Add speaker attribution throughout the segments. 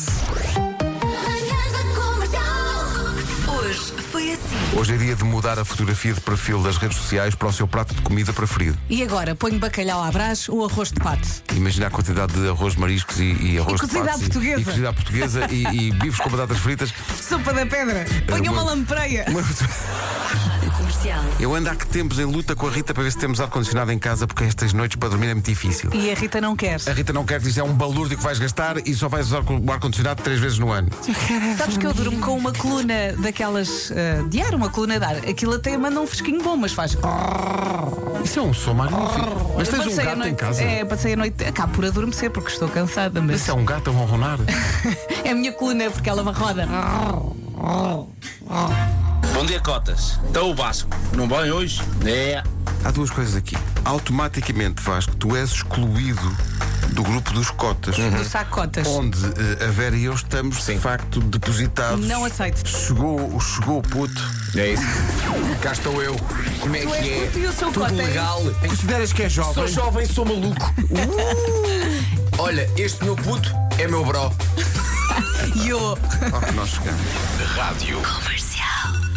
Speaker 1: assim.
Speaker 2: Hoje é dia de mudar a fotografia de perfil das redes sociais para o seu prato de comida preferido.
Speaker 3: E agora, ponho bacalhau à brás ou arroz de pato?
Speaker 2: Imagina a quantidade de arroz, mariscos e, e arroz
Speaker 3: E
Speaker 2: de
Speaker 3: cozida
Speaker 2: patos
Speaker 3: à portuguesa.
Speaker 2: E cozida à portuguesa e, e bifes com batatas fritas.
Speaker 3: Sopa da pedra. Ponho uma
Speaker 2: uma-
Speaker 3: lampreia.
Speaker 2: Uma-
Speaker 4: Comercial.
Speaker 2: Eu ando há que tempos em luta com a Rita para ver se temos ar-condicionado em casa, porque estas noites para dormir é muito difícil.
Speaker 3: E a Rita não quer.
Speaker 2: A Rita não quer que diz é um balúrdio que vais gastar e só vais usar o ar-condicionado três vezes no ano.
Speaker 3: Sabes que eu durmo com uma coluna daquelas eh, de ar, uma coluna de ar. Aquilo até manda um fresquinho bom, mas faz.
Speaker 2: Isso é um som magnífico. Ah, Mas
Speaker 3: Ah, Eu
Speaker 2: tens um
Speaker 3: passei a
Speaker 2: gato em
Speaker 3: noite-
Speaker 2: casa?
Speaker 3: É, passei a noite. Acabo por adormecer porque estou cansada, mas.
Speaker 2: Isso é um gato a ronronar?
Speaker 3: É a minha coluna porque ela me roda.
Speaker 2: Ah,
Speaker 5: Bom dia, Cotas. Então o Vasco, não vai hoje? É.
Speaker 2: Há duas coisas aqui. Automaticamente, Vasco, tu és excluído do grupo dos cotas.
Speaker 6: Uhum.
Speaker 3: Do sacotas.
Speaker 2: Onde eh, a Vera e eu estamos, de facto, depositados.
Speaker 3: Não aceito.
Speaker 2: Chegou, chegou o puto.
Speaker 6: É isso. Cá estou eu. Como é
Speaker 3: Tu
Speaker 6: que
Speaker 3: és
Speaker 6: é?
Speaker 3: puto e eu sou
Speaker 6: Tudo
Speaker 3: cota, é
Speaker 6: legal.
Speaker 2: Consideras que é jovem?
Speaker 6: Sou jovem, sou maluco. Olha, este meu puto é meu bro.
Speaker 3: E eu.
Speaker 2: Oh, nós chegamos.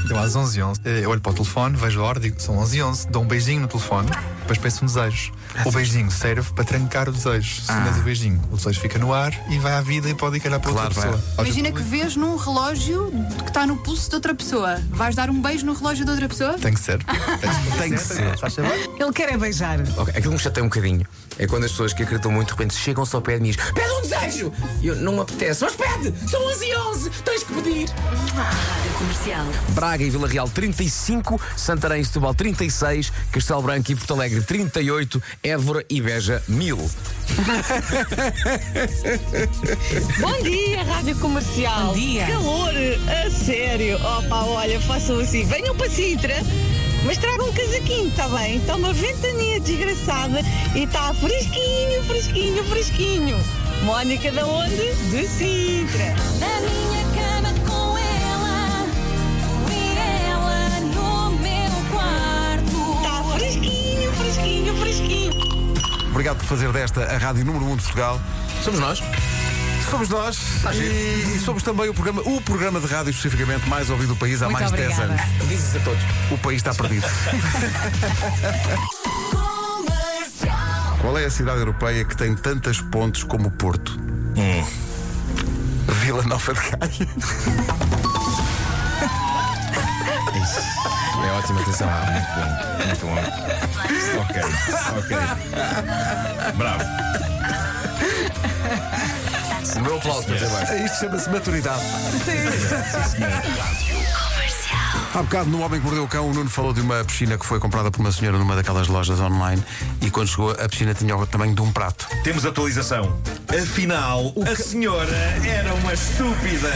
Speaker 7: Deu às 11 h 11 Eh, Eu olho para o telefone, vejo a hora, digo são 11 h 11 dou um beijinho no telefone, depois peço um desejo. O beijinho serve para trancar o desejo. Se não des o beijinho, o desejo fica no ar e vai à vida e pode ir olhar para outra
Speaker 2: Claro, vai.
Speaker 7: pessoa. Olha,
Speaker 8: Imagina que vês num relógio que está no pulso de outra pessoa. Vais dar um beijo no relógio de outra pessoa?
Speaker 7: Tem que ser. Tem que ser. Faz favor.
Speaker 3: Ele quer é beijar.
Speaker 6: Ok, Aquilo que me chateia um bocadinho é quando as pessoas que acreditam muito de repente chegam-se ao pé de mim e dizem Pede um desejo! E eu não me apetece, mas pede! São 11 e 11! Tens que pedir!
Speaker 4: Comercial.
Speaker 6: Braga e Vila Real 35, Santarém e Setúbal 36, Castelo Branco e Porto Alegre 38, Évora e Beja 1000.
Speaker 9: Bom dia, Rádio Comercial.
Speaker 3: Bom dia.
Speaker 9: Calor, a sério. Opa, olha, façam assim. Venham para Sintra, mas tragam um casaquinho, está bem? Está uma ventania desgraçada e está fresquinho, fresquinho, fresquinho. Mónica da onde? De Sintra.
Speaker 1: Na minha cama com ela, e ela no meu quarto.
Speaker 9: Está Tá fresquinho, fresquinho, fresquinho.
Speaker 2: Obrigado por fazer desta a Rádio Número 1 de Portugal.
Speaker 6: Somos nós. Tá
Speaker 2: Somos nós e, e somos também o programa, o programa de rádio especificamente mais ouvido do país há
Speaker 3: Muito
Speaker 2: mais de 10
Speaker 3: obrigada.
Speaker 2: anos.
Speaker 6: Dizes a todos.
Speaker 2: O país está perdido. Qual é a cidade europeia que tem tantas pontes como o Porto? Vila Nova de Gaia.
Speaker 6: É ótima atenção. Ah, muito bom. Muito bom.
Speaker 10: Ok, ok. Bravo.
Speaker 6: O meu aplauso para ter baixo.
Speaker 2: Isto chama-se maturidade. Há bocado no Homem que Mordeu o Cão, o Nuno falou de uma piscina que foi comprada por uma senhora numa daquelas lojas online e quando chegou a piscina tinha o tamanho de um prato.
Speaker 10: Temos atualização. Afinal, a senhora era uma estúpida.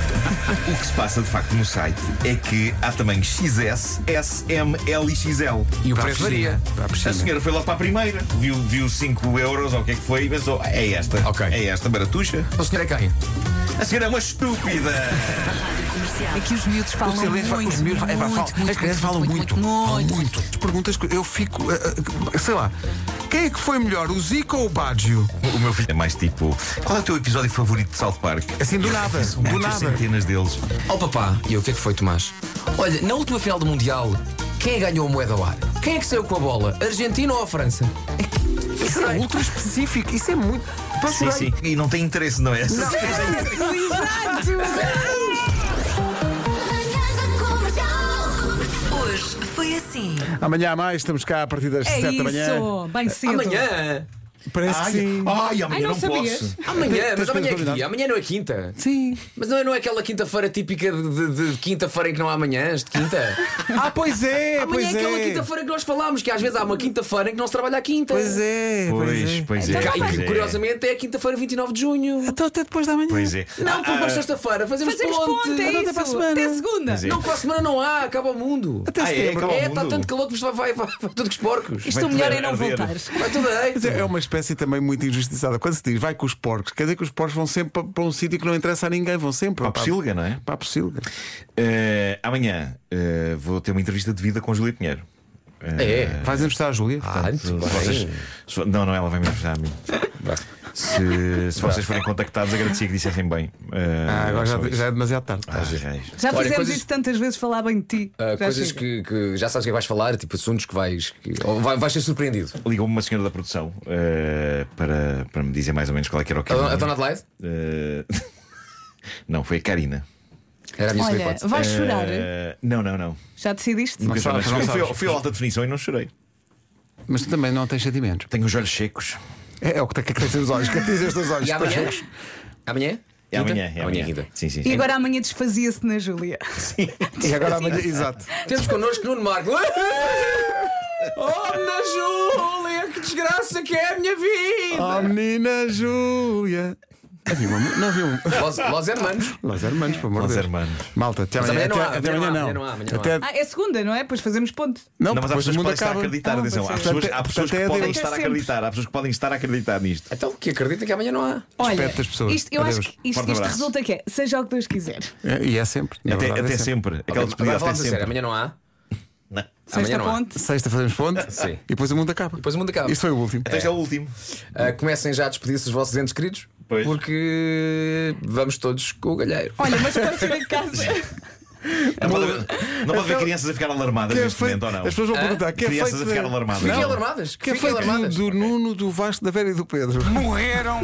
Speaker 10: o que se passa de facto no site é que há tamanhos XS, S, M, L e XL.
Speaker 6: E o
Speaker 2: Para a
Speaker 6: preço
Speaker 2: piscina.
Speaker 6: varia.
Speaker 2: Para a
Speaker 10: A
Speaker 2: piscina.
Speaker 10: senhora foi logo para a primeira, viu, viu 5 euros ou o que é que foi e pensou: é esta,
Speaker 6: Ok.
Speaker 10: é esta baratuxa.
Speaker 6: O senhor é quem?
Speaker 10: A senhora é uma estúpida.
Speaker 3: Aqui É os miúdos falam
Speaker 2: O silêncio vai com
Speaker 3: muito.
Speaker 2: os miúdos. é pá, falam-
Speaker 3: muito,
Speaker 2: as
Speaker 3: muito,
Speaker 2: crianças falam muito. Falam muito. As perguntas que eu fico. eh, eh, sei lá. Quem é que foi melhor, o Zico ou o Baggio?
Speaker 10: O meu filho é mais tipo: qual é o teu episódio favorito de South Park?
Speaker 2: Assim, do
Speaker 10: Eu
Speaker 2: nada,
Speaker 10: fiz
Speaker 2: do
Speaker 10: muitas
Speaker 2: nada.
Speaker 10: centenas deles.
Speaker 6: Ó papá, e eu, o que é que foi, Tomás? Olha, na última final do Mundial, quem é que ganhou a moeda ao ar? Quem é que saiu com a bola? A Argentina ou a França?
Speaker 2: Isso é ultra específico. Isso é muito.
Speaker 10: Sim, sim. E não tem interesse, não é?
Speaker 1: Manhãs da Comercial.
Speaker 4: Hoje foi assim.
Speaker 2: Amanhã há mais, estamos cá a partir das
Speaker 3: É
Speaker 2: 7 da manhã.
Speaker 3: isso, bem cedo.
Speaker 6: Amanhã!
Speaker 2: Parece
Speaker 10: Ai,
Speaker 2: que sim.
Speaker 10: ai, amanhã
Speaker 3: não
Speaker 10: não,
Speaker 3: sabias?
Speaker 10: posso.
Speaker 6: Amanhã,
Speaker 2: Tens
Speaker 6: mas amanhã é que
Speaker 2: coisas
Speaker 6: dia? Amanhã não é quinta.
Speaker 2: Sim.
Speaker 6: Mas não é, não é aquela quinta-feira típica de, de- de quinta-feira em que não há manhãs, de quinta?
Speaker 2: Ah, pois é,
Speaker 6: amanhã é
Speaker 2: pois
Speaker 6: aquela
Speaker 2: é.
Speaker 6: quinta-feira que nós falámos, que às vezes há uma quinta-feira em que não se trabalha à quinta.
Speaker 2: Pois é, pois
Speaker 10: Pois,
Speaker 2: é.
Speaker 10: pois é.
Speaker 6: E
Speaker 10: pois
Speaker 6: que,
Speaker 10: é.
Speaker 6: curiosamente é a quinta-feira 29 de junho.
Speaker 2: Então ah, até depois da manhã.
Speaker 10: Pois é.
Speaker 6: Não, porque depois sexta-feira fazemos,
Speaker 3: Fazemos ponte, é
Speaker 2: Até para a
Speaker 3: isso.
Speaker 2: semana.
Speaker 3: Até segunda.
Speaker 10: Mas é.
Speaker 6: Não, para a semana não há, acaba o mundo.
Speaker 2: Até
Speaker 10: Ah, é?
Speaker 2: setembro.
Speaker 10: Acabou.
Speaker 6: É,
Speaker 10: o
Speaker 6: está
Speaker 10: mundo.
Speaker 6: tanto calor que isto vai, vai, vai, vai tudo que os porcos.
Speaker 3: Isto o
Speaker 10: Vai
Speaker 3: melhor
Speaker 10: tudo
Speaker 3: é não
Speaker 10: arder.
Speaker 3: voltar.
Speaker 6: Vai tudo aí.
Speaker 2: Mas É é uma espécie também muito injustiçada. Quando se diz vai com os porcos, quer dizer que os porcos vão sempre para, para um sítio que não interessa a ninguém, vão sempre
Speaker 10: Para a Pocilga, não é?
Speaker 2: Para a Pocilga.
Speaker 10: Eh, amanhã eh, vou ter uma entrevista de vida com Júlia Pinheiro. Eh,
Speaker 6: É.
Speaker 2: Vais entrevistar a Júlia?
Speaker 6: Ah, muito
Speaker 10: se
Speaker 6: bem.
Speaker 10: vocês- se- não, não, ela vai me entrevistar a mim. Se, se vocês forem contactados, agradecia que dissessem bem. Eh,
Speaker 11: Ah, agora já,
Speaker 10: só isso.
Speaker 11: já é demasiado tarde.
Speaker 10: Ah, reis.
Speaker 3: Já
Speaker 6: Olha,
Speaker 3: fizemos
Speaker 6: coisas-
Speaker 3: isso tantas vezes, falar bem de ti.
Speaker 6: Ah,
Speaker 3: Já
Speaker 6: coisas
Speaker 3: chega.
Speaker 6: que, que já sabes o que é que vais falar, tipo assuntos que vais. que- ou vai- vais ser surpreendido.
Speaker 10: Ligou-me uma senhora da produção eh, para, para me dizer mais ou menos qual é que era o que
Speaker 11: Então,
Speaker 6: A, dona- a dona Adelaide?
Speaker 10: Não, foi a Karina.
Speaker 6: Era a minha segunda
Speaker 3: Olha,
Speaker 6: hipótese.
Speaker 3: vais chorar?
Speaker 10: Eh, não, não, não.
Speaker 3: Já decidiste?
Speaker 10: Nunca
Speaker 11: sabes,
Speaker 10: chorei.
Speaker 11: não
Speaker 10: Fui, ao-
Speaker 11: sabes.
Speaker 10: fui à alta definição e não chorei.
Speaker 2: Mas tu também não tens sentimentos.
Speaker 10: Tenho os olhos secos.
Speaker 2: É, é o que tem que ter os olhos. O que é que dizes dos olhos?
Speaker 6: E
Speaker 2: Estás
Speaker 6: amanhã?
Speaker 2: secos?
Speaker 6: Amanhã?
Speaker 10: É amanhã,
Speaker 6: Quinta?
Speaker 10: é
Speaker 6: amanhã.
Speaker 10: amanhã.
Speaker 6: quinta.
Speaker 10: Sim, sim.
Speaker 3: E agora amanhã desfazia-se na Júlia.
Speaker 2: E agora amanhã. Exato.
Speaker 6: Temos connosco Nuno Marco. Oh, na Júlia, que desgraça que é a minha vida!
Speaker 2: Oh, menina Júlia. Havia uma. Não havia um.
Speaker 6: Los, Los Hermanos.
Speaker 2: Los Hermanos, por amor de
Speaker 10: Los
Speaker 2: Deus.
Speaker 10: Hermanos.
Speaker 2: Malta, até
Speaker 6: Mas
Speaker 2: amanhã.
Speaker 6: amanhã não há,
Speaker 2: até- até
Speaker 6: amanhã não há,
Speaker 2: amanhã não.
Speaker 6: amanhã não há, amanhã não há.
Speaker 2: Até-
Speaker 3: Ah, é segunda, não é? Pois fazemos ponto.
Speaker 2: Não,
Speaker 10: Não, mas há
Speaker 2: depois
Speaker 10: pessoas
Speaker 2: o
Speaker 10: que
Speaker 2: mundo
Speaker 10: podem estar a
Speaker 2: acaba.
Speaker 10: acreditar,
Speaker 3: Ah,
Speaker 10: atenção.
Speaker 3: pois
Speaker 10: Há
Speaker 3: é.
Speaker 10: pessoas, há
Speaker 2: Portanto,
Speaker 10: pessoas
Speaker 2: é
Speaker 10: que podem
Speaker 2: adeus.
Speaker 10: estar a
Speaker 3: Até
Speaker 10: acreditar, há pessoas que podem estar a acreditar nisto.
Speaker 6: Então, que acredita que amanhã não há.
Speaker 3: Olha,
Speaker 2: Respeito das pessoas.
Speaker 3: isto, eu
Speaker 2: Adeus.
Speaker 3: acho que isto,
Speaker 10: Forte
Speaker 3: isto
Speaker 10: abraço.
Speaker 3: resulta que é, seja o que Deus quiser.
Speaker 2: É, E é sempre. na
Speaker 10: Até,
Speaker 2: verdade,
Speaker 10: até
Speaker 2: é
Speaker 10: sempre. Aquela
Speaker 6: Agora
Speaker 10: despedida até
Speaker 6: falamos a sério,
Speaker 10: sempre.
Speaker 6: amanhã não há.
Speaker 10: Não.
Speaker 3: Sexta
Speaker 6: Amanhã não há.
Speaker 3: ponte.
Speaker 2: Sexta fazemos ponte.
Speaker 6: Sim.
Speaker 2: E depois o mundo acaba.
Speaker 6: Depois o mundo acaba.
Speaker 2: Isso foi o último.
Speaker 10: Então este é o último.
Speaker 6: Ah, comecem já a despedir-se dos vossos entes queridos,
Speaker 10: Pois.
Speaker 6: porque vamos todos com o galheiro.
Speaker 3: Olha, mas para ser em casa.
Speaker 10: Não pode haver, não pode haver crianças a ficar alarmadas
Speaker 2: Então, Que é
Speaker 10: neste
Speaker 2: feito-
Speaker 10: momento ou não?
Speaker 2: As pessoas vão perguntar: que é
Speaker 10: Crianças
Speaker 2: feito
Speaker 10: a ficar
Speaker 2: de-
Speaker 10: alarmadas.
Speaker 2: Não.
Speaker 6: Fiquem alarmadas,
Speaker 2: Que é
Speaker 6: fiquem
Speaker 2: feito
Speaker 6: alarmadas.
Speaker 2: do Nuno, do Vasco, da Vera e do Pedro.
Speaker 11: Morreram.